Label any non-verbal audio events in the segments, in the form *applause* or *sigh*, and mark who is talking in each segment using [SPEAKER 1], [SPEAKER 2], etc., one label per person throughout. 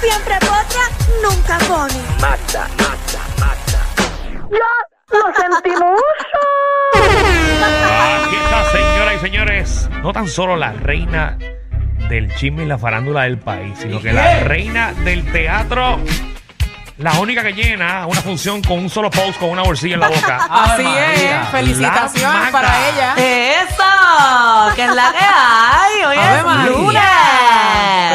[SPEAKER 1] Siempre potra, nunca pone.
[SPEAKER 2] Mata, mata, mata.
[SPEAKER 3] ¡Lo sentimos!
[SPEAKER 4] Aquí está, señoras y señores. No tan solo la reina del chisme y la farándula del país, sino que la reina del teatro, la única que llena una función con un solo post, con una bolsilla en la Pues boca.
[SPEAKER 5] Así
[SPEAKER 2] Ave María.
[SPEAKER 5] es, felicitaciones
[SPEAKER 4] La
[SPEAKER 5] para
[SPEAKER 4] maga.
[SPEAKER 5] ella.
[SPEAKER 6] ¡Eso! ¡Que es la que hay! ¡Hoy
[SPEAKER 5] Ave
[SPEAKER 6] es
[SPEAKER 5] María.
[SPEAKER 6] lunes!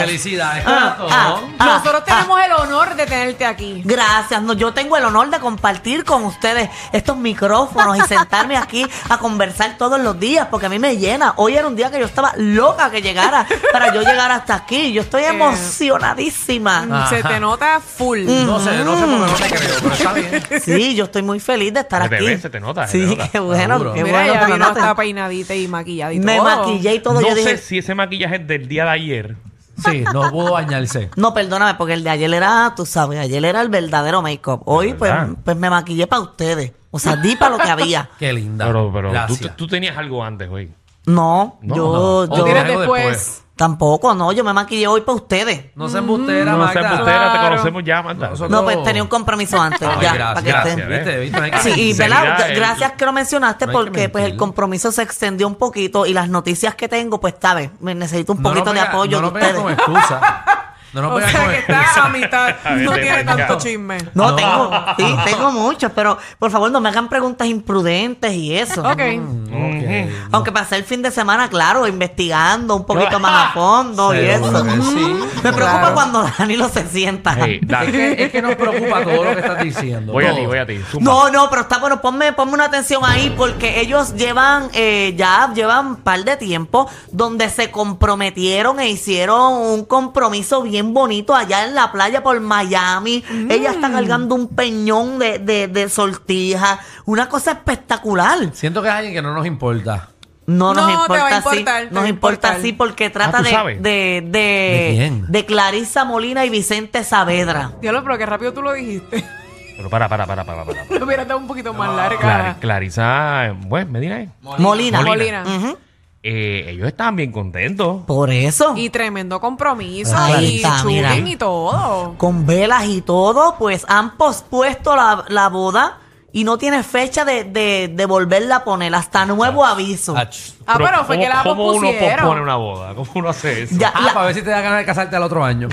[SPEAKER 2] Felicidades,
[SPEAKER 6] Ah,
[SPEAKER 2] corazón.
[SPEAKER 6] ah, ah,
[SPEAKER 5] Nosotros
[SPEAKER 6] ah.
[SPEAKER 5] tenemos el honor de tenerte aquí.
[SPEAKER 6] Gracias, no, yo tengo el honor de compartir con ustedes estos micrófonos y sentarme aquí a conversar todos los días porque a mí me llena. Hoy era un día que yo estaba loca que llegara para yo llegar hasta aquí. Yo estoy emocionadísima.
[SPEAKER 2] Ajá.
[SPEAKER 5] Se te nota full.
[SPEAKER 2] No sé, no sé por qué no te creo, pero está bien.
[SPEAKER 6] *laughs* Sí, yo estoy muy feliz de estar
[SPEAKER 4] Se te
[SPEAKER 6] aquí.
[SPEAKER 4] ve, se te nota, se te
[SPEAKER 6] Sí,
[SPEAKER 4] nota.
[SPEAKER 6] qué bueno,
[SPEAKER 2] Seguro.
[SPEAKER 6] qué
[SPEAKER 5] Mira,
[SPEAKER 6] bueno.
[SPEAKER 5] ella
[SPEAKER 6] que lo
[SPEAKER 5] vino
[SPEAKER 6] noten.
[SPEAKER 5] hasta peinadita y maquillada y
[SPEAKER 6] Me
[SPEAKER 5] todo.
[SPEAKER 6] maquillé y *laughs* todo.
[SPEAKER 4] No
[SPEAKER 6] yo
[SPEAKER 4] sé
[SPEAKER 6] dije,
[SPEAKER 4] si ese maquillaje es del día de ayer.
[SPEAKER 2] Sí, no pudo bañarse.
[SPEAKER 6] No, perdóname, porque el de ayer era, tú sabes, ayer era el verdadero make-up. Hoy, pues,
[SPEAKER 4] verdad.
[SPEAKER 6] pues me maquillé para ustedes. O sea, di para lo que había.
[SPEAKER 2] Qué linda.
[SPEAKER 4] Pero, pero tú,
[SPEAKER 2] Gracias.
[SPEAKER 4] tú tenías algo antes, güey.
[SPEAKER 6] No,
[SPEAKER 4] No,
[SPEAKER 6] yo,
[SPEAKER 2] no.
[SPEAKER 6] yo
[SPEAKER 2] O
[SPEAKER 5] Mira,
[SPEAKER 2] Algo
[SPEAKER 5] después.
[SPEAKER 6] tampoco, no, yo me maquillé hoy para ustedes.
[SPEAKER 2] No se embustera,
[SPEAKER 4] No sé,
[SPEAKER 2] Magda.
[SPEAKER 4] embustera, te
[SPEAKER 5] Claro.
[SPEAKER 4] conocemos ya, Manda.
[SPEAKER 2] Nosotros-
[SPEAKER 6] No, pues tenía un compromiso antes.
[SPEAKER 2] Ay,
[SPEAKER 6] ya,
[SPEAKER 2] gracias,
[SPEAKER 6] para que
[SPEAKER 2] gracias, eh,
[SPEAKER 6] estén.
[SPEAKER 2] ¿viste? ¿Viste? No hay que
[SPEAKER 6] Sí, y
[SPEAKER 4] Sinceridad,
[SPEAKER 6] ¿verdad?
[SPEAKER 4] el-
[SPEAKER 6] gracias que lo mencionaste
[SPEAKER 2] No hay que
[SPEAKER 6] porque pues el
[SPEAKER 2] mentir.
[SPEAKER 6] compromiso se extendió un poquito y las noticias que tengo, pues sabes, me necesito un
[SPEAKER 2] No
[SPEAKER 6] poquito
[SPEAKER 2] nos
[SPEAKER 6] de
[SPEAKER 2] venga-
[SPEAKER 6] apoyo
[SPEAKER 2] No nos
[SPEAKER 6] de
[SPEAKER 2] venga con
[SPEAKER 6] ustedes.
[SPEAKER 2] excusa. No
[SPEAKER 6] *laughs*
[SPEAKER 2] nos
[SPEAKER 5] O
[SPEAKER 2] venga
[SPEAKER 5] sea
[SPEAKER 2] con
[SPEAKER 5] que está a
[SPEAKER 2] excusa.
[SPEAKER 5] mitad.
[SPEAKER 4] A ver,
[SPEAKER 5] No
[SPEAKER 4] te
[SPEAKER 5] tiene
[SPEAKER 4] venga.
[SPEAKER 5] tanto chisme.
[SPEAKER 6] No,
[SPEAKER 2] No.
[SPEAKER 6] tengo, sí, tengo muchos, pero por favor no me hagan preguntas imprudentes y eso.
[SPEAKER 5] Ok.
[SPEAKER 4] Mm-hmm.
[SPEAKER 2] Ok.
[SPEAKER 6] Aunque pasé el fin de semana, claro, investigando un
[SPEAKER 2] *laughs*
[SPEAKER 6] poquito más a fondo y
[SPEAKER 2] Seguro
[SPEAKER 6] eso.
[SPEAKER 2] que sí.
[SPEAKER 6] Me preocupa
[SPEAKER 5] Claro.
[SPEAKER 6] cuando Danilo se sienta.
[SPEAKER 4] Hey,
[SPEAKER 2] Es *laughs*
[SPEAKER 4] dale.
[SPEAKER 2] que, es que nos preocupa todo lo que estás diciendo.
[SPEAKER 4] Voy a
[SPEAKER 2] todo.
[SPEAKER 4] ti, voy a ti. zumba.
[SPEAKER 6] No, no, pero está bueno, ponme, ponme una atención ahí porque ellos llevan, eh, ya llevan un par de tiempo donde se comprometieron e hicieron un compromiso bien bonito allá en la playa por Miami.
[SPEAKER 5] Mm.
[SPEAKER 6] Ella está cargando un peñón de, de, de sortija, una cosa espectacular.
[SPEAKER 2] Siento que es alguien que no nos importa.
[SPEAKER 6] No nos
[SPEAKER 5] No, te va
[SPEAKER 6] importa
[SPEAKER 5] a
[SPEAKER 6] así.
[SPEAKER 5] importar, te va
[SPEAKER 6] Nos
[SPEAKER 5] a
[SPEAKER 6] importa
[SPEAKER 5] importar.
[SPEAKER 6] así porque trata
[SPEAKER 4] ¿tú
[SPEAKER 6] de,
[SPEAKER 4] sabes?
[SPEAKER 6] de, de,
[SPEAKER 2] ¿De quién?
[SPEAKER 6] de Clarisa Molina y Vicente Saavedra.
[SPEAKER 5] Diablo, pero qué rápido tú lo dijiste. *laughs*
[SPEAKER 4] Pero para, para, para, para, para.
[SPEAKER 5] Lo hubieras dado un poquito más larga.
[SPEAKER 4] Clar- Clarisa, bueno, Medina. eh.
[SPEAKER 6] Molina.
[SPEAKER 5] Molina.
[SPEAKER 6] Ujú.
[SPEAKER 4] Eh, ellos estaban bien contentos.
[SPEAKER 6] Por eso.
[SPEAKER 5] Y tremendo compromiso.
[SPEAKER 6] Ahí
[SPEAKER 5] y
[SPEAKER 6] está, mira.
[SPEAKER 5] shooting y todo.
[SPEAKER 6] con velas y todo, pues han pospuesto la, la boda y no tiene fecha de, de, de volverla a poner. Hasta nuevo aviso.
[SPEAKER 2] Ach.
[SPEAKER 5] Ah, pero fue que la
[SPEAKER 4] ¿cómo uno
[SPEAKER 5] pospusieron.
[SPEAKER 4] pospone una boda? ¿Cómo uno hace eso?
[SPEAKER 6] Ya,
[SPEAKER 2] Ah,
[SPEAKER 6] la-
[SPEAKER 2] para ver si te da ganas de casarte al otro año.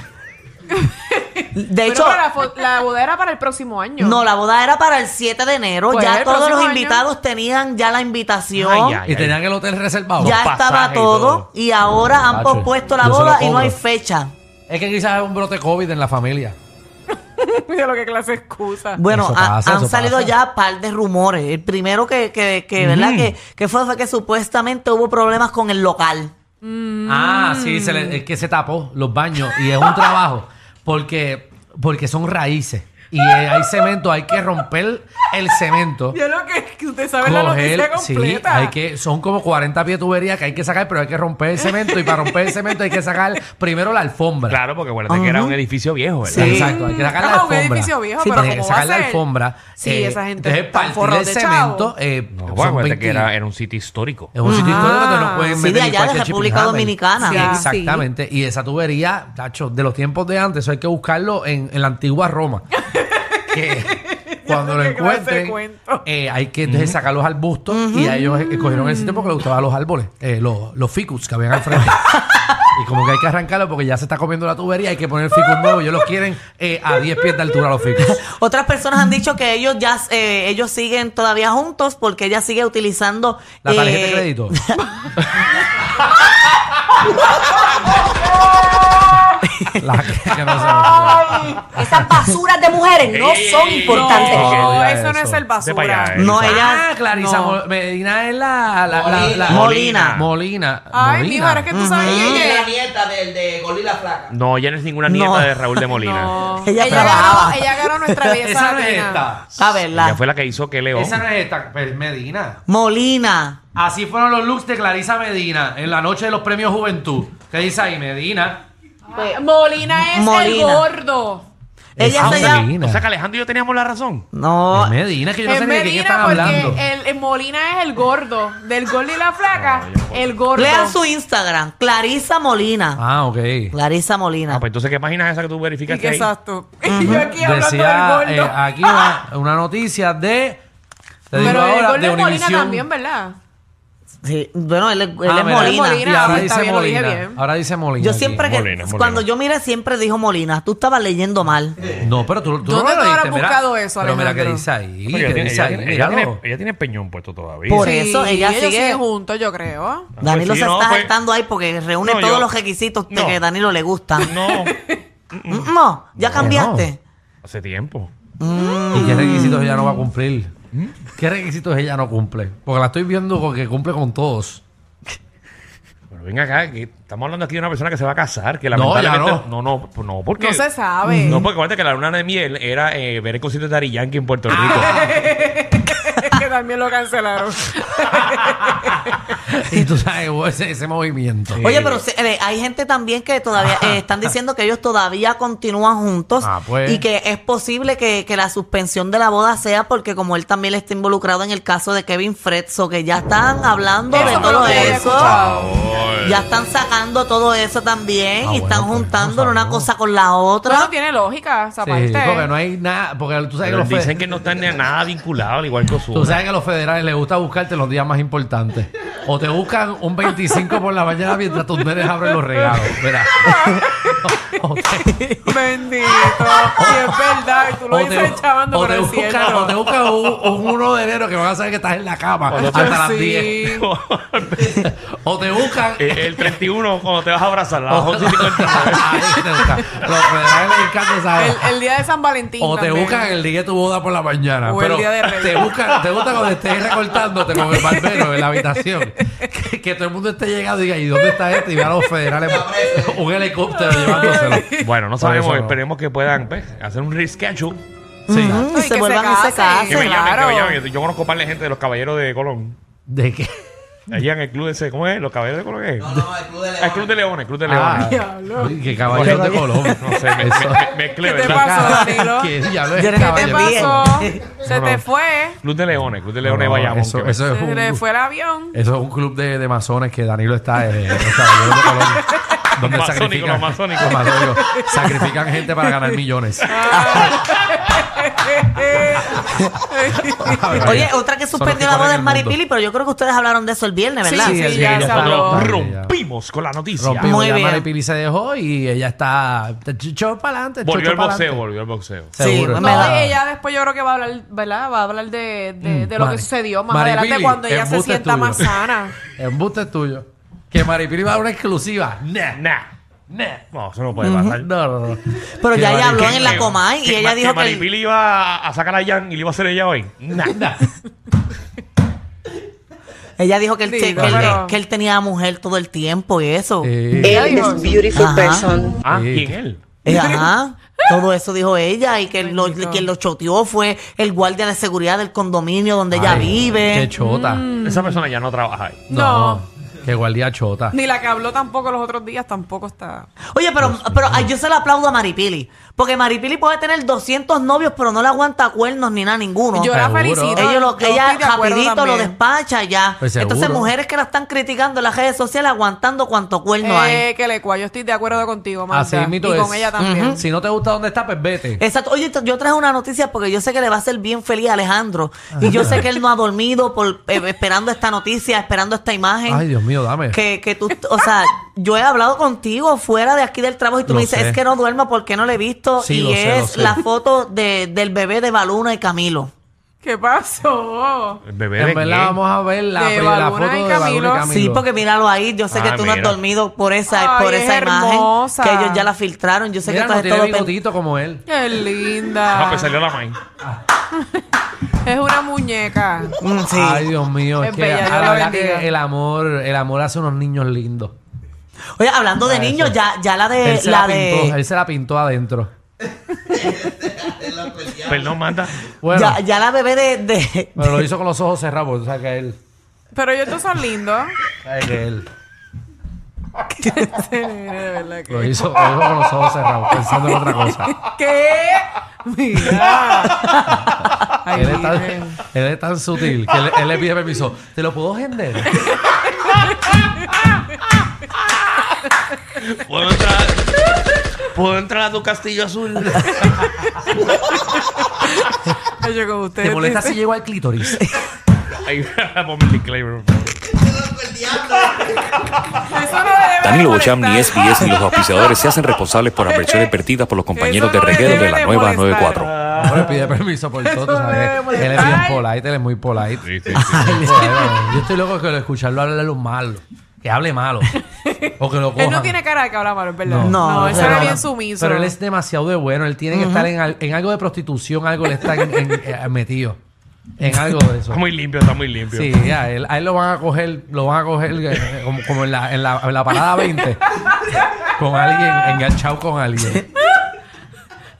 [SPEAKER 6] de
[SPEAKER 5] Pero
[SPEAKER 6] hecho,
[SPEAKER 5] para la, fo- la boda era para el próximo año.
[SPEAKER 6] no, la boda era para el 7 de enero.
[SPEAKER 5] Pues
[SPEAKER 6] ya
[SPEAKER 5] el
[SPEAKER 6] todos
[SPEAKER 5] próximo
[SPEAKER 6] los
[SPEAKER 5] año.
[SPEAKER 6] invitados tenían ya la invitación.
[SPEAKER 4] Ay, ay,
[SPEAKER 2] Y
[SPEAKER 4] ay.
[SPEAKER 2] tenían el hotel reservado.
[SPEAKER 6] Ya
[SPEAKER 4] Los
[SPEAKER 6] estaba
[SPEAKER 4] pasajes y
[SPEAKER 6] todo,
[SPEAKER 4] todo.
[SPEAKER 6] y ahora han
[SPEAKER 2] Tacho,
[SPEAKER 6] pospuesto la
[SPEAKER 2] yo se lo
[SPEAKER 6] boda y no
[SPEAKER 2] cobro.
[SPEAKER 6] hay fecha.
[SPEAKER 2] Es que quizás es un brote COVID en la familia.
[SPEAKER 5] *laughs* Mira lo que clase de excusa.
[SPEAKER 6] Bueno,
[SPEAKER 2] Eso
[SPEAKER 6] ha-
[SPEAKER 2] pasa,
[SPEAKER 6] han
[SPEAKER 2] eso
[SPEAKER 6] salido
[SPEAKER 2] pasa.
[SPEAKER 6] ya par de rumores. El primero que, que, que, ¿verdad? Que, que fue, fue que supuestamente hubo problemas con el local.
[SPEAKER 5] Mm.
[SPEAKER 2] Ah, sí, se le- es que se tapó los baños y es un trabajo porque, porque son raíces y eh, hay cemento, hay que romper el cemento.
[SPEAKER 5] Yo lo que, que usted sabe la
[SPEAKER 2] Coger,
[SPEAKER 5] noticia
[SPEAKER 2] sí,
[SPEAKER 5] completa.
[SPEAKER 2] hay que, son como 40 pies de tubería que hay que sacar, pero hay que romper el cemento y para romper el cemento hay que sacar primero la alfombra.
[SPEAKER 4] Claro, porque acuérdate que era un edificio viejo, ¿verdad?
[SPEAKER 2] Sí, exacto, hay que sacar la
[SPEAKER 5] Ah, un
[SPEAKER 2] alfombra.
[SPEAKER 5] edificio viejo,
[SPEAKER 2] Sí,
[SPEAKER 5] pero
[SPEAKER 2] tiene
[SPEAKER 5] ¿cómo
[SPEAKER 2] que
[SPEAKER 5] va
[SPEAKER 2] sacar
[SPEAKER 5] a
[SPEAKER 2] la
[SPEAKER 5] ser?
[SPEAKER 2] alfombra. eh,
[SPEAKER 5] Sí, esa gente
[SPEAKER 2] entonces
[SPEAKER 5] está
[SPEAKER 2] partir
[SPEAKER 5] forrado
[SPEAKER 2] el
[SPEAKER 5] de
[SPEAKER 2] cemento
[SPEAKER 5] chavo.
[SPEAKER 2] eh,
[SPEAKER 4] No,
[SPEAKER 2] son
[SPEAKER 4] pues, acuérdate
[SPEAKER 2] 20
[SPEAKER 4] que era, era un sitio histórico.
[SPEAKER 2] Es un sitio
[SPEAKER 5] Ah.
[SPEAKER 2] histórico que no pueden
[SPEAKER 6] Sí,
[SPEAKER 2] meter
[SPEAKER 6] de allá, de
[SPEAKER 2] cualquier
[SPEAKER 6] República
[SPEAKER 2] chip and
[SPEAKER 6] Dominicana. Ah,
[SPEAKER 2] hammer.
[SPEAKER 5] Ya,
[SPEAKER 2] Sí, exactamente. Y esa tubería, tacho, de los tiempos de antes, eso hay que buscarlo en, en la antigua
[SPEAKER 6] *laughs*
[SPEAKER 2] Roma. que cuando lo
[SPEAKER 5] Qué clase de
[SPEAKER 2] encuentren,
[SPEAKER 5] cuento.
[SPEAKER 2] eh, hay que entonces, sacar los arbustos. Y a ellos eh, cogieron el sitio porque les gustaban los árboles, eh, los, los ficus que habían al
[SPEAKER 6] *laughs*
[SPEAKER 2] frente. Y como que hay que arrancarlo porque ya se está comiendo la tubería, hay que poner ficus nuevo. Ellos los quieren eh, a 10 pies de altura los ficus.
[SPEAKER 6] Otras personas han dicho que ellos ya eh, ellos siguen todavía juntos porque ella sigue utilizando
[SPEAKER 2] La
[SPEAKER 6] eh,
[SPEAKER 2] tarjeta de *laughs* crédito. la que, que no se Ah,
[SPEAKER 7] Esas basuras de mujeres no son
[SPEAKER 4] Ey,
[SPEAKER 7] importantes.
[SPEAKER 4] no.
[SPEAKER 5] No,
[SPEAKER 2] Mira
[SPEAKER 5] eso no es
[SPEAKER 2] eso.
[SPEAKER 5] el
[SPEAKER 4] Ve pa' allá,
[SPEAKER 5] basura.
[SPEAKER 4] eh.
[SPEAKER 6] No, ella
[SPEAKER 2] Ah, Clarisa
[SPEAKER 5] No.
[SPEAKER 2] Mo- Medina es la, la, la, la-
[SPEAKER 6] Molina.
[SPEAKER 2] Molina.
[SPEAKER 5] Ay,
[SPEAKER 2] Molina.
[SPEAKER 5] mijo, ahora es que tú sabes
[SPEAKER 8] la
[SPEAKER 5] que
[SPEAKER 8] nieta del de Gorila Flaca.
[SPEAKER 4] No, ella no es ninguna nieta
[SPEAKER 6] No.
[SPEAKER 4] de Raúl de Molina.
[SPEAKER 5] *laughs* No.
[SPEAKER 6] Ella
[SPEAKER 5] Ella,
[SPEAKER 6] trabajaba.
[SPEAKER 5] ganó, ella
[SPEAKER 2] *laughs*
[SPEAKER 5] ganó nuestra belleza
[SPEAKER 2] Esa no es
[SPEAKER 5] latina.
[SPEAKER 2] esta.
[SPEAKER 6] a verla.
[SPEAKER 4] Ella fue la que hizo que León.
[SPEAKER 2] Esa no es esta. Pues Medina.
[SPEAKER 6] Molina.
[SPEAKER 2] Así fueron los looks de Clarisa Medina en la noche de los premios Juventud. ¿Qué dice ahí? Medina.
[SPEAKER 5] Molina es
[SPEAKER 6] Molina.
[SPEAKER 5] el gordo.
[SPEAKER 6] Ella
[SPEAKER 2] Esa
[SPEAKER 6] se llama-
[SPEAKER 2] Medina.
[SPEAKER 4] O sea que Alejandro y yo teníamos la razón.
[SPEAKER 6] No,
[SPEAKER 2] Es Medina, que yo no sé
[SPEAKER 5] Es
[SPEAKER 2] ni de qué están
[SPEAKER 5] Medina
[SPEAKER 2] hablando.
[SPEAKER 5] porque el, el Molina es el gordo. Del gordo y la flaca, el gordo.
[SPEAKER 6] lean su Instagram, Clarisa Molina.
[SPEAKER 2] Ah, ok.
[SPEAKER 6] Clarisa Molina.
[SPEAKER 4] Ah, pues entonces, ¿qué página es esa que tú
[SPEAKER 5] Y que
[SPEAKER 4] verificaste ahí?
[SPEAKER 5] Exacto. *laughs* Y yo aquí hablando
[SPEAKER 2] Decía
[SPEAKER 5] del gordo.
[SPEAKER 2] eh, aquí una, una noticia de. Te digo
[SPEAKER 5] Pero el
[SPEAKER 2] ahora,
[SPEAKER 5] gordo
[SPEAKER 2] de
[SPEAKER 5] es Molina
[SPEAKER 2] Univisión.
[SPEAKER 5] también, ¿verdad?
[SPEAKER 6] Sí, bueno, él, es- él
[SPEAKER 2] Ah,
[SPEAKER 6] es
[SPEAKER 2] mira,
[SPEAKER 6] Molina.
[SPEAKER 5] Molina.
[SPEAKER 2] Y ahora
[SPEAKER 5] pues, está
[SPEAKER 2] dice
[SPEAKER 5] bien, lo dije
[SPEAKER 2] Molina.
[SPEAKER 5] bien.
[SPEAKER 2] Ahora dice Molina.
[SPEAKER 6] Yo
[SPEAKER 2] aquí.
[SPEAKER 6] siempre que
[SPEAKER 4] Molina, Molina.
[SPEAKER 6] cuando yo miré siempre dijo Molina, tú estabas leyendo mal.
[SPEAKER 2] No, pero tú, tú
[SPEAKER 5] ¿Dónde
[SPEAKER 2] no
[SPEAKER 5] tú
[SPEAKER 2] lo
[SPEAKER 5] habrás
[SPEAKER 2] leíste, mira.
[SPEAKER 5] buscado eso,
[SPEAKER 2] Pero mira qué
[SPEAKER 5] Alejandro?
[SPEAKER 2] dice ahí.
[SPEAKER 4] Pero
[SPEAKER 2] ¿Qué
[SPEAKER 4] ella, tiene,
[SPEAKER 2] dice
[SPEAKER 4] ella,
[SPEAKER 2] ahí?
[SPEAKER 4] tiene- ella tiene-
[SPEAKER 2] Míralo.
[SPEAKER 4] ella tiene el peñón puesto todavía.
[SPEAKER 6] Por
[SPEAKER 5] Sí,
[SPEAKER 6] eso ella
[SPEAKER 5] ellos
[SPEAKER 6] sigue-
[SPEAKER 5] siguen juntos, yo creo.
[SPEAKER 4] Ah,
[SPEAKER 6] Danilo
[SPEAKER 4] pues sí,
[SPEAKER 6] se
[SPEAKER 4] no,
[SPEAKER 6] está
[SPEAKER 4] pues-
[SPEAKER 6] saltando ahí porque reúne
[SPEAKER 4] No,
[SPEAKER 6] todos
[SPEAKER 4] yo-
[SPEAKER 6] los requisitos de
[SPEAKER 4] no.
[SPEAKER 6] que Danilo le gusta.
[SPEAKER 4] No,
[SPEAKER 6] Mm, No, ya cambiaste.
[SPEAKER 4] hace tiempo.
[SPEAKER 2] ¿Y qué requisitos ella no va a cumplir? ¿Qué requisitos ella no cumple? Porque la estoy viendo con que cumple con todos. *laughs*
[SPEAKER 4] Pero ven acá, que estamos hablando aquí de una persona que se va a casar, que
[SPEAKER 2] No,
[SPEAKER 4] lamentablemente...
[SPEAKER 2] ya
[SPEAKER 4] no, no, pues no, porque...
[SPEAKER 5] No se sabe.
[SPEAKER 4] No, porque acuérdate que la luna de miel era eh, ver el concierto de Dari Yankee en Puerto Rico.
[SPEAKER 5] *laughs* que también lo cancelaron.
[SPEAKER 2] y tú sabes ese, ese movimiento.
[SPEAKER 4] Sí.
[SPEAKER 6] Oye, pero se- eh, hay gente también que todavía eh, están diciendo que ellos todavía continúan juntos
[SPEAKER 2] Ah, pues.
[SPEAKER 6] y que es posible que, que la suspensión de la boda sea porque como él también está involucrado en el caso de Kevin Fredso, que ya están hablando
[SPEAKER 5] Eso
[SPEAKER 6] de
[SPEAKER 5] fue lo
[SPEAKER 6] todo
[SPEAKER 5] que yo había
[SPEAKER 6] eso. Ya están sacando todo eso también
[SPEAKER 2] Ah,
[SPEAKER 6] y están
[SPEAKER 2] bueno, pues,
[SPEAKER 6] juntando
[SPEAKER 2] no
[SPEAKER 6] una
[SPEAKER 2] sabemos.
[SPEAKER 6] cosa con
[SPEAKER 5] *laughs*
[SPEAKER 6] la
[SPEAKER 5] Pero no
[SPEAKER 6] otra.
[SPEAKER 5] tiene lógica esa
[SPEAKER 2] Sí,
[SPEAKER 5] parte.
[SPEAKER 2] porque no hay nada. Porque tú sabes que
[SPEAKER 4] Pero
[SPEAKER 2] los fe-
[SPEAKER 4] dicen que no están ni a nada vinculados, al igual que Ozuna.
[SPEAKER 2] Tú sabes que a los federales les gusta buscarte los días más importantes. O te buscan un 25 por la mañana mientras tus nenes abren los regalos. Mira.
[SPEAKER 5] Ah,
[SPEAKER 2] O te-
[SPEAKER 5] *laughs* Bendito. Sí, es verdad. y Tú lo
[SPEAKER 2] o te-
[SPEAKER 5] dices chavando
[SPEAKER 2] o
[SPEAKER 5] por
[SPEAKER 2] te
[SPEAKER 5] el
[SPEAKER 2] buscan- o te
[SPEAKER 5] cielo.
[SPEAKER 2] buscan un, un 1 de enero que van a saber que estás en la cama
[SPEAKER 4] O te-
[SPEAKER 2] hasta las
[SPEAKER 5] Sí.
[SPEAKER 2] 10.
[SPEAKER 4] *laughs*
[SPEAKER 2] O te buscan.
[SPEAKER 4] el, Eh, el 31, cuando te vas a abrazar, las 11
[SPEAKER 2] *laughs* Ahí te buscan. Los federales les encanta esa hora.
[SPEAKER 5] El, el día de San Valentín.
[SPEAKER 2] O te
[SPEAKER 5] también.
[SPEAKER 2] buscan el día de tu boda por la mañana.
[SPEAKER 5] O el
[SPEAKER 2] pero
[SPEAKER 5] día de Reyes.
[SPEAKER 2] te buscan, te gusta cuando estés recortándote con el barbero en la habitación. Que, que todo el mundo esté llegando y diga, ¿y dónde está este? Y vean a los federales un helicóptero llevándoselo.
[SPEAKER 4] Bueno, no
[SPEAKER 2] Por
[SPEAKER 4] sabemos,
[SPEAKER 2] eso no.
[SPEAKER 4] esperemos que puedan pues, hacer un reschedule.
[SPEAKER 2] Sí.
[SPEAKER 6] Mm,
[SPEAKER 5] Ay,
[SPEAKER 6] se
[SPEAKER 5] que
[SPEAKER 6] vuelvan
[SPEAKER 5] se
[SPEAKER 6] y se
[SPEAKER 5] casen.
[SPEAKER 4] Que me
[SPEAKER 5] Sí,
[SPEAKER 6] casen.
[SPEAKER 4] llamen, que
[SPEAKER 5] claro.
[SPEAKER 4] me llamen. Yo conozco un par de gente de los caballeros de Colón.
[SPEAKER 2] ¿De qué?
[SPEAKER 4] Allá en el club ese, ¿cómo es? ¿Los caballeros de Colón? No, no, el club de Leones. El club de Leones, el club de
[SPEAKER 2] Ah,
[SPEAKER 4] Leones.
[SPEAKER 2] uy, que caballero de Colón.
[SPEAKER 4] No sé, me,
[SPEAKER 2] Eso-
[SPEAKER 4] me- me mezclé,
[SPEAKER 5] ¿Qué te
[SPEAKER 4] ¿verdad?
[SPEAKER 5] pasa? Danilo?
[SPEAKER 2] ¿Qué diablo es este
[SPEAKER 6] Yo no te
[SPEAKER 5] ¿Qué
[SPEAKER 2] caballero? de
[SPEAKER 5] pasó?
[SPEAKER 2] Colón?
[SPEAKER 5] Se
[SPEAKER 4] No,
[SPEAKER 5] te
[SPEAKER 4] no.
[SPEAKER 5] fue.
[SPEAKER 4] Club de Leones, Club de Leones de
[SPEAKER 2] No,
[SPEAKER 4] Bayamón.
[SPEAKER 2] eso,
[SPEAKER 4] que-
[SPEAKER 2] eso es
[SPEAKER 5] Se te
[SPEAKER 2] un,
[SPEAKER 5] fue
[SPEAKER 2] *laughs*
[SPEAKER 5] el avión.
[SPEAKER 2] eso es un club de, de masones que Danilo está, eh, los caballeros de Colón. Donde
[SPEAKER 4] Los masónicos,
[SPEAKER 2] sacrifican,
[SPEAKER 4] los masónicos.
[SPEAKER 2] los masónicos. sacrifican gente para ganar millones.
[SPEAKER 6] Oye, otra que
[SPEAKER 2] Son
[SPEAKER 6] suspendió
[SPEAKER 2] los
[SPEAKER 6] la
[SPEAKER 2] que
[SPEAKER 6] boda
[SPEAKER 2] corren
[SPEAKER 6] es
[SPEAKER 2] el
[SPEAKER 6] Maripili,
[SPEAKER 2] mundo.
[SPEAKER 6] pero yo creo que ustedes hablaron de eso el viernes, ¿verdad?
[SPEAKER 5] Sí,
[SPEAKER 2] sí,
[SPEAKER 5] ya
[SPEAKER 2] ella
[SPEAKER 5] se
[SPEAKER 2] está
[SPEAKER 5] habló.
[SPEAKER 2] loca.
[SPEAKER 4] Rompimos con la noticia.
[SPEAKER 2] Rompimos
[SPEAKER 6] Muy
[SPEAKER 2] ya
[SPEAKER 6] bien.
[SPEAKER 2] Maripili se dejó y ella está echó para adelante. Ah,
[SPEAKER 4] Volvió el boxeo, volvió el boxeo.
[SPEAKER 6] Sí,
[SPEAKER 5] No,
[SPEAKER 6] Me da-
[SPEAKER 5] ella después yo creo que va a hablar, ¿verdad? Va a hablar de, de, de lo
[SPEAKER 2] Mari-
[SPEAKER 5] que sucedió más
[SPEAKER 2] Maripili,
[SPEAKER 5] adelante cuando ella se
[SPEAKER 2] embuste
[SPEAKER 5] sienta
[SPEAKER 2] tuyo.
[SPEAKER 5] más sana.
[SPEAKER 2] Embuste es tuyo. Que Maripili va a dar una exclusiva. Nah, nah,
[SPEAKER 4] Nah,
[SPEAKER 2] nah.
[SPEAKER 4] no, eso no puede pasar.
[SPEAKER 2] *laughs* No, no, no.
[SPEAKER 6] Pero
[SPEAKER 2] Que Eh,
[SPEAKER 6] ya ella
[SPEAKER 2] Maripili-
[SPEAKER 6] habló en la
[SPEAKER 4] Que-
[SPEAKER 6] Comay y
[SPEAKER 4] que-
[SPEAKER 6] ella dijo que...
[SPEAKER 4] Maripili iba a sacar a Jan y le iba a hacer ella hoy. Nah.
[SPEAKER 2] Nah.
[SPEAKER 6] Ella dijo que él,
[SPEAKER 5] Digo,
[SPEAKER 6] que él-
[SPEAKER 5] pero-
[SPEAKER 6] que él tenía mujer todo el tiempo y eso.
[SPEAKER 2] Eh,
[SPEAKER 5] Ella
[SPEAKER 7] Él
[SPEAKER 5] dijo,
[SPEAKER 7] es beautiful
[SPEAKER 6] Ajá.
[SPEAKER 7] person.
[SPEAKER 4] Ah,
[SPEAKER 2] Sí.
[SPEAKER 4] ¿quién él?
[SPEAKER 6] Eh, ajá. Todo eso dijo ella y que lo-
[SPEAKER 5] Bendito.
[SPEAKER 6] quien lo choteó fue el guardia de seguridad del condominio donde ella
[SPEAKER 2] ay, Qué
[SPEAKER 6] vive. Mm,
[SPEAKER 2] chota.
[SPEAKER 4] Esa persona ya no trabaja ahí.
[SPEAKER 5] No.
[SPEAKER 2] Qué guardia chota.
[SPEAKER 5] Ni la que habló tampoco los otros días tampoco está.
[SPEAKER 6] Oye, pero, pero ay, yo se la aplaudo a Maripili. Porque Maripili puede tener 200 novios, pero no le aguanta cuernos ni nada ninguno.
[SPEAKER 5] Yo la
[SPEAKER 2] Seguro.
[SPEAKER 5] felicito.
[SPEAKER 6] Ellos lo,
[SPEAKER 5] yo
[SPEAKER 6] ella
[SPEAKER 5] estoy de acuerdo
[SPEAKER 6] rapidito lo
[SPEAKER 5] también.
[SPEAKER 6] despacha ya.
[SPEAKER 2] Pues seguro.
[SPEAKER 6] Entonces, mujeres que la están criticando en las redes sociales aguantando cuanto cuerno hay.
[SPEAKER 5] Eh, que le cua, yo estoy de acuerdo contigo, Marta.
[SPEAKER 2] Así
[SPEAKER 5] y
[SPEAKER 2] mito
[SPEAKER 5] con
[SPEAKER 2] es.
[SPEAKER 5] ella también.
[SPEAKER 2] Si no te gusta dónde está, pues vete.
[SPEAKER 6] Exacto. Oye, t- yo traje una noticia porque yo sé que le va a hacer bien feliz a Alejandro. Y yo sé que él no ha dormido por, eh, esperando esta noticia, esperando esta imagen.
[SPEAKER 2] Ay, Dios mío, dame.
[SPEAKER 6] Que, que tú, o sea, yo he hablado contigo fuera de aquí del trabajo y tú
[SPEAKER 2] Lo
[SPEAKER 6] me dices,
[SPEAKER 2] sé.
[SPEAKER 6] es que no duermo porque no le he visto.
[SPEAKER 2] Sí,
[SPEAKER 6] y
[SPEAKER 2] lo sé, lo
[SPEAKER 6] es
[SPEAKER 2] sé.
[SPEAKER 6] la foto de, del bebé de Baluna y Camilo.
[SPEAKER 5] ¿Qué pasó?
[SPEAKER 4] El bebé de
[SPEAKER 2] En verdad,
[SPEAKER 4] quién?
[SPEAKER 2] vamos a ver la,
[SPEAKER 5] De
[SPEAKER 2] la
[SPEAKER 5] Baluna
[SPEAKER 2] foto de
[SPEAKER 5] y
[SPEAKER 2] Baluna
[SPEAKER 5] Camilo.
[SPEAKER 2] y Camilo.
[SPEAKER 6] Sí, porque míralo ahí. Yo sé
[SPEAKER 4] Ah,
[SPEAKER 6] que tú no has
[SPEAKER 4] mira.
[SPEAKER 6] dormido por esa,
[SPEAKER 5] Ay,
[SPEAKER 6] por
[SPEAKER 5] es
[SPEAKER 6] esa imagen.
[SPEAKER 5] hermosa.
[SPEAKER 6] Que ellos ya la filtraron. Yo sé
[SPEAKER 2] Mira,
[SPEAKER 6] que tú
[SPEAKER 2] no
[SPEAKER 6] has
[SPEAKER 2] tiene
[SPEAKER 6] estado pen-
[SPEAKER 2] bigotito como él.
[SPEAKER 5] Qué linda.
[SPEAKER 4] Ah, pues salió la main.
[SPEAKER 5] Es una muñeca.
[SPEAKER 6] Mm, sí.
[SPEAKER 2] Ay, Dios mío, es,
[SPEAKER 5] Es
[SPEAKER 2] que
[SPEAKER 5] bella,
[SPEAKER 2] a
[SPEAKER 5] Dios la
[SPEAKER 2] la verdad
[SPEAKER 5] bendiga.
[SPEAKER 2] que el amor, el amor hace unos niños lindos.
[SPEAKER 6] Oye, hablando de
[SPEAKER 2] Ah,
[SPEAKER 6] niños,
[SPEAKER 2] eso.
[SPEAKER 6] ya, ya la
[SPEAKER 2] Él
[SPEAKER 6] de
[SPEAKER 2] se la,
[SPEAKER 6] Eh, la de
[SPEAKER 2] pintó, él se la pintó adentro.
[SPEAKER 4] Perdón, manda.
[SPEAKER 2] Bueno,
[SPEAKER 6] ya, ya la bebé de, de-
[SPEAKER 2] pero lo hizo con los ojos cerrados, porque tú sabes que él,
[SPEAKER 5] *laughs* Pero ellos dos son lindos.
[SPEAKER 2] sabes que él. Lo hizo, lo hizo con los ojos cerrados, pensando en otra cosa.
[SPEAKER 5] ¿Qué? Mira. Ay,
[SPEAKER 2] Él es, tan,
[SPEAKER 5] miren.
[SPEAKER 2] él es tan sutil que él, él le pide permiso. ¿Te lo puedo vender?
[SPEAKER 4] ¿Puedo entrar, ¿Puedo entrar a tu castillo azul?
[SPEAKER 5] Yo con ustedes.
[SPEAKER 2] ¿Te molesta si llego al clítoris?
[SPEAKER 4] *laughs* Ahí, *laughs* ponme el disclaimer. por favor.
[SPEAKER 5] Eso no le debe
[SPEAKER 8] Danilo
[SPEAKER 5] molestar.
[SPEAKER 8] Bocham, ni SBS, ni los auspiciadores se hacen responsables por las versiones vertidas por los compañeros de
[SPEAKER 5] Eso no le
[SPEAKER 8] reguero de
[SPEAKER 5] debe
[SPEAKER 8] la
[SPEAKER 5] de
[SPEAKER 8] nueva
[SPEAKER 5] molestar.
[SPEAKER 8] 94.
[SPEAKER 2] No le pide permiso por todo, tú
[SPEAKER 5] Eso
[SPEAKER 2] ¿sabes?
[SPEAKER 5] debe
[SPEAKER 2] Él es bien
[SPEAKER 5] molestar.
[SPEAKER 2] polite, él es muy polite.
[SPEAKER 4] Sí,
[SPEAKER 2] *laughs*
[SPEAKER 4] sí, sí.
[SPEAKER 2] Ay, bueno, Yo estoy loco que lo escucharlo hablarle lo malo. Que hable malo. O que lo coja.
[SPEAKER 5] Él no tiene cara de que habla malo, es verdad.
[SPEAKER 2] No.
[SPEAKER 6] No,
[SPEAKER 5] él
[SPEAKER 6] pero
[SPEAKER 5] era
[SPEAKER 6] no.
[SPEAKER 5] bien sumiso.
[SPEAKER 2] Pero él es demasiado de bueno. Él tiene que estar en, al- en algo de prostitución, algo le está en- en- eh, metido.
[SPEAKER 6] *laughs*
[SPEAKER 2] En algo de eso.
[SPEAKER 4] Está muy limpio, está muy limpio.
[SPEAKER 2] Sí, ya, él- a él lo van a coger, lo van a coger eh, como, como en, la, en, la, en la parada 20. con alguien, enganchado con alguien.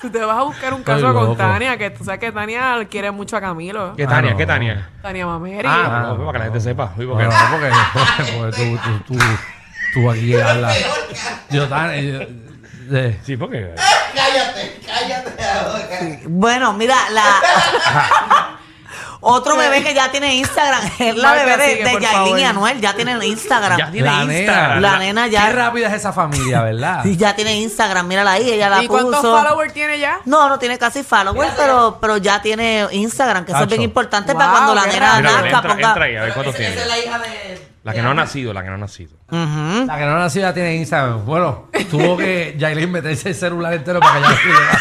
[SPEAKER 5] Tú te vas a buscar un
[SPEAKER 2] Estoy
[SPEAKER 5] caso
[SPEAKER 2] loco.
[SPEAKER 5] con Tania, que tú sabes que Tania quiere mucho a Camilo.
[SPEAKER 4] ¿Qué Tania?
[SPEAKER 2] Ah, no.
[SPEAKER 4] ¿Qué Tania?
[SPEAKER 5] Tania Mameri.
[SPEAKER 4] Ah,
[SPEAKER 2] no,
[SPEAKER 4] no, para que la gente sepa. Uy, porque
[SPEAKER 2] Bueno, porque, porque tú, tú, tú, tú aquí hablas. Yo, tan- yo- eh, de-
[SPEAKER 4] Sí, porque.
[SPEAKER 6] Bueno, mira, la.
[SPEAKER 5] *laughs*
[SPEAKER 6] Otro bebé que ya tiene Instagram es la
[SPEAKER 5] Marca,
[SPEAKER 6] bebé de,
[SPEAKER 5] sigue,
[SPEAKER 6] de
[SPEAKER 5] por
[SPEAKER 6] Yailin y
[SPEAKER 5] favor.
[SPEAKER 6] Anuel. Ya tienen Instagram.
[SPEAKER 4] Ya tiene
[SPEAKER 2] la nena,
[SPEAKER 4] Instagram.
[SPEAKER 6] la nena ya-
[SPEAKER 2] Qué rápida es esa familia, ¿verdad?
[SPEAKER 6] Sí, ya tiene Instagram, mírala ahí, ella la
[SPEAKER 5] ¿Y cuántos
[SPEAKER 6] puso.
[SPEAKER 5] followers tiene ya?
[SPEAKER 6] No, no tiene casi followers, pero, pero ya tiene Instagram, que eso es bien
[SPEAKER 2] Cacho.
[SPEAKER 6] importante
[SPEAKER 5] Wow,
[SPEAKER 6] para cuando la
[SPEAKER 5] qué
[SPEAKER 6] nena
[SPEAKER 5] rápido.
[SPEAKER 4] Mira,
[SPEAKER 6] nazca
[SPEAKER 4] Belén, entra,
[SPEAKER 6] ponga.
[SPEAKER 4] entra ahí, a ver cuántos tiene.
[SPEAKER 6] la hija de.
[SPEAKER 4] La que no ha nacido, la que no ha nacido.
[SPEAKER 2] La que no nació ya tiene Instagram. Bueno, tuvo que Yailin meterse el celular entero para que ya naciera.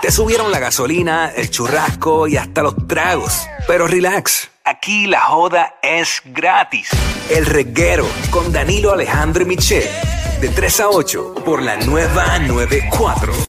[SPEAKER 9] Te subieron la gasolina, el churrasco y hasta los tragos. Pero relax, aquí la joda es gratis. El reguero con Danilo Alejandro y Michel, de 3 a 8 por la nueva 94.